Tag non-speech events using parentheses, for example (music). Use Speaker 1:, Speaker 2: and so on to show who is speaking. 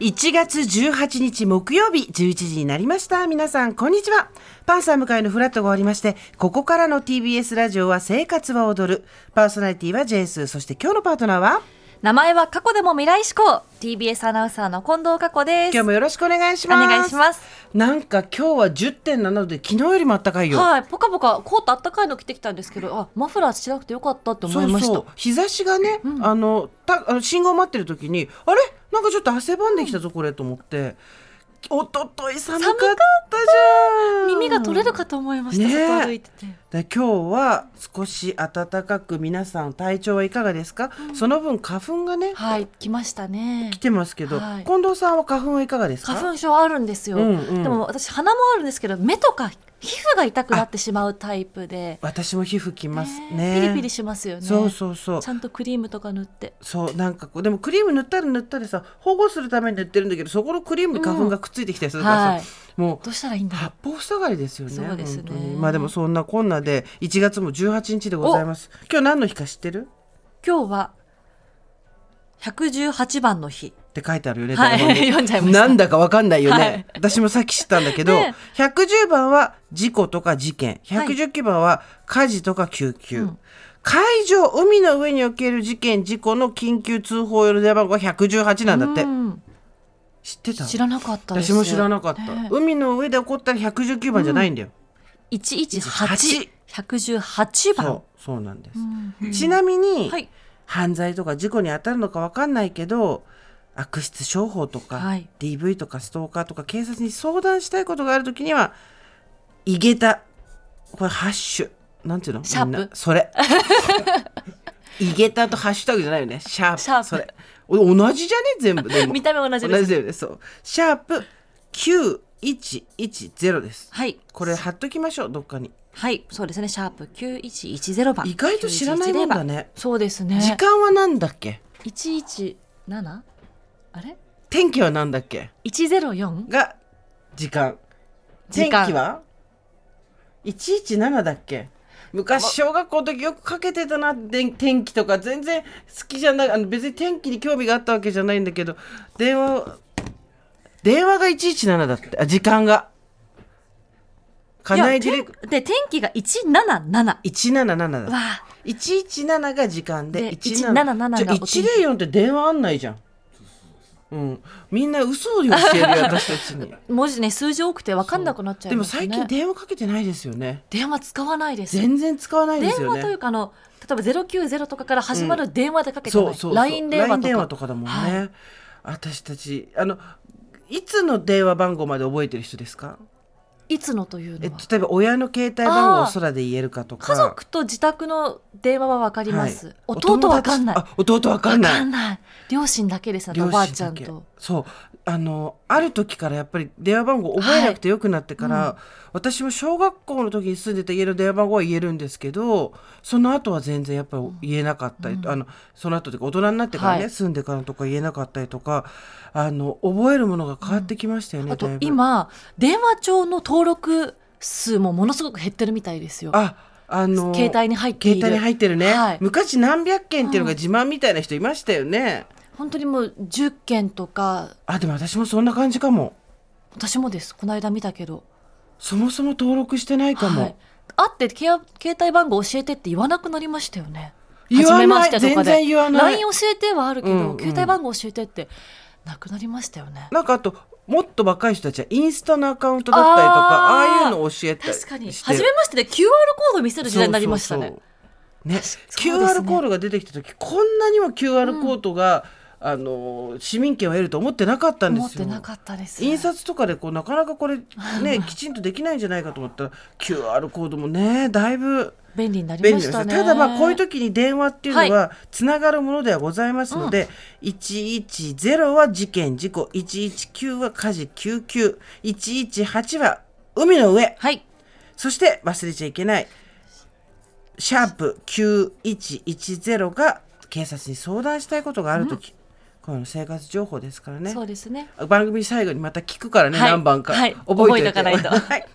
Speaker 1: 1月18日木曜日11時になりました。皆さん、こんにちは。パンサー向かいのフラットが終わりまして、ここからの TBS ラジオは生活は踊る。パーソナリティはジェイス。そして今日のパートナーは
Speaker 2: 名前は過去でも未来志向 TBS アナウンサーの近藤佳子です
Speaker 1: 今日もよろしくお願いします。
Speaker 2: お願いします。
Speaker 1: なんか今日は10.7度で昨日よりも暖かいよ。
Speaker 2: はいポカポカコートあったかいの着てきたんですけどあマフラーしなくてよかったって思いました
Speaker 1: そうそう日差しがね、あのたあの信号待ってる時にあれなんかちょっと汗ばんできたぞこれと思って、おととい寒かったじゃん
Speaker 2: 耳が取れるかと思いました、
Speaker 1: ねえ
Speaker 2: 外歩いてて
Speaker 1: で今日は少し暖かく皆さん体調はいかがですか、その分花粉がね、
Speaker 2: はい来ましたね
Speaker 1: 来てますけど、
Speaker 2: はい
Speaker 1: 近藤さんは花粉はいかがですか
Speaker 2: 花粉症あるんですよ、
Speaker 1: うんうん
Speaker 2: でも私鼻もあるんですけど目とか皮膚が痛くなってしまうタイプで
Speaker 1: 私も皮膚きますね
Speaker 2: ピリピリしますよね
Speaker 1: そうそうそう
Speaker 2: ちゃんとクリームとか塗って
Speaker 1: そうなんかこうでもクリーム塗ったら塗ったでさ保護するために塗ってるんだけどそこのクリームに花粉がくっついてきたりするからさ、
Speaker 2: うんはい
Speaker 1: もう
Speaker 2: どうしたらいいんだろう
Speaker 1: 八方塞がりですよね。
Speaker 2: そうですね
Speaker 1: 本当にまあでもそんなこんなで1月も18日でございます。今日何の日か知ってる？
Speaker 2: 今日は118番の日
Speaker 1: って書いてあるよね。
Speaker 2: はい
Speaker 1: 台本に
Speaker 2: 読んじゃいました
Speaker 1: なんだかわかんないよね。
Speaker 2: はい
Speaker 1: 私もさっき知ったんだけど、
Speaker 2: ね
Speaker 1: 110番は事故とか事件、119番は火事とか救急。海上海の上における事件事故の緊急通報より電話番号が118なんだって、
Speaker 2: うん
Speaker 1: 知ってた
Speaker 2: 知らなかったです
Speaker 1: 私も知らなかった、
Speaker 2: ね
Speaker 1: 海の上で起こったら119番じゃないんだよ、
Speaker 2: 118 118
Speaker 1: そ
Speaker 2: 番
Speaker 1: うそうなんです、ちなみに、
Speaker 2: はい
Speaker 1: 犯罪とか事故に当たるのか分かんないけど悪質商法とか、
Speaker 2: はい
Speaker 1: DV とかストーカーとか警察に相談したいことがある時には「いげた」これハッシュなんていうの
Speaker 2: シャープ
Speaker 1: みんなそれ (laughs) いげたとハッシュタグじゃないよねシャープ
Speaker 2: シャープ
Speaker 1: それお同じじゃね全部でも
Speaker 2: 見た目同じ
Speaker 1: 同
Speaker 2: で
Speaker 1: じ
Speaker 2: す
Speaker 1: だよねそうシャープ9110です
Speaker 2: はい
Speaker 1: これ貼っときましょうどっかに
Speaker 2: はいそうですねシャープ9110番
Speaker 1: 意外と知らないもんだ
Speaker 2: 9110番
Speaker 1: ね
Speaker 2: そうですね
Speaker 1: 時間はなんだっけ
Speaker 2: 117? あれ
Speaker 1: 天気はなんだっけ
Speaker 2: 104?
Speaker 1: が時間
Speaker 2: 時
Speaker 1: 天
Speaker 2: 間
Speaker 1: 気は117だっけ昔小学校の時よくかけてたなで天気とか全然好きじゃないあの別に天気に興味があったわけじゃないんだけど電話電話が117だってあ時間が
Speaker 2: い
Speaker 1: 金
Speaker 2: や
Speaker 1: 井ディレク
Speaker 2: 天で天気が177わ
Speaker 1: 177だ
Speaker 2: あ
Speaker 1: 117が時間で
Speaker 2: で
Speaker 1: 177
Speaker 2: 177が
Speaker 1: じゃあ
Speaker 2: お天気
Speaker 1: 104って電話あんないじゃんうんみんな嘘を教えるよ私たちに
Speaker 2: 文字ね数字多くて分かんなくなっちゃい
Speaker 1: でも
Speaker 2: ますね
Speaker 1: 最近電話かけてないですよね
Speaker 2: 電話使わないです
Speaker 1: 全然使わないです
Speaker 2: 電
Speaker 1: よ
Speaker 2: 話とい
Speaker 1: ね
Speaker 2: うかあの例えば090とかから始まる電話でかけて
Speaker 1: そ
Speaker 2: な
Speaker 1: う
Speaker 2: い
Speaker 1: そうそう
Speaker 2: LINE 電話
Speaker 1: LINE
Speaker 2: とか
Speaker 1: だもんね、
Speaker 2: は
Speaker 1: 私たちあのいつの電話番号まで覚えてる人ですか
Speaker 2: いつのという
Speaker 1: え
Speaker 2: のは
Speaker 1: 例えば親の携帯番号を空で言えるかとか
Speaker 2: 家族と自宅の電話は分かります、
Speaker 1: はい
Speaker 2: 弟わかんない
Speaker 1: お友達あ弟わかんない
Speaker 2: わ両親だけですねおばあちゃんと
Speaker 1: そうあのある時からやっぱり電話番号覚えなくてよくなってから、私も小学校の時に住んでた家の電話番号は言えるんですけどその後は全然やっぱり言えなかったり、あのその後というか大人になってからね、
Speaker 2: はい
Speaker 1: 住んでからとか言えなかったりとかあの覚えるものが変わってきましたよね、
Speaker 2: あと
Speaker 1: だいぶ
Speaker 2: 今電話帳の登録数もものすごく減ってるみたいですよ
Speaker 1: ああの
Speaker 2: 携帯に入っている
Speaker 1: 携帯に入ってるね、
Speaker 2: はい
Speaker 1: 昔何百件っていうのが自慢みたいな人いましたよね、
Speaker 2: 本当にもう10件とか
Speaker 1: あでも私もそんな感じかも
Speaker 2: 私もですこの間見たけど
Speaker 1: そもそも登録してないかも、
Speaker 2: はい、会ってけや携帯番号教えてって言わなくなりましたよね
Speaker 1: 言わない
Speaker 2: 初めましてとかで
Speaker 1: 全然言わない
Speaker 2: LINE 教えてはあるけど、
Speaker 1: うんうん
Speaker 2: 携帯番号教えてってなくなりましたよね
Speaker 1: なんかあともっと若い人たちはインスタのアカウントだったりとか
Speaker 2: あ
Speaker 1: あ
Speaker 2: ー
Speaker 1: あいうのを教えたりして
Speaker 2: 確かに初めましてで QR コード見せる時代になりました
Speaker 1: そ
Speaker 2: ね
Speaker 1: うそうそうね
Speaker 2: (laughs) そうですね
Speaker 1: QR コードが出てきた時こんなにも QR コードが、あの市民権を得ると思ってなかったんで
Speaker 2: 思っ
Speaker 1: すよ
Speaker 2: てなかったです
Speaker 1: 印刷とかでこうなかなかこれね
Speaker 2: (laughs)
Speaker 1: きちんとできないんじゃないかと思ったら QR コードもねだいぶ
Speaker 2: 便利になり
Speaker 1: 便
Speaker 2: ま
Speaker 1: 利で
Speaker 2: し
Speaker 1: す
Speaker 2: た
Speaker 1: た
Speaker 2: ね
Speaker 1: だまあこういう時に電話っていうのはつながるものではございますので、110は事件事故119は火事救急118は海の上
Speaker 2: はい
Speaker 1: そして忘れちゃいけないシャープ9110が警察に相談したいことがある時、こういうの生活情報ですからね
Speaker 2: そうですね
Speaker 1: 番組最後にまた聞くからね、
Speaker 2: はい
Speaker 1: 何番か、
Speaker 2: はい
Speaker 1: 覚えて
Speaker 2: 覚えとかないと
Speaker 1: (laughs) はい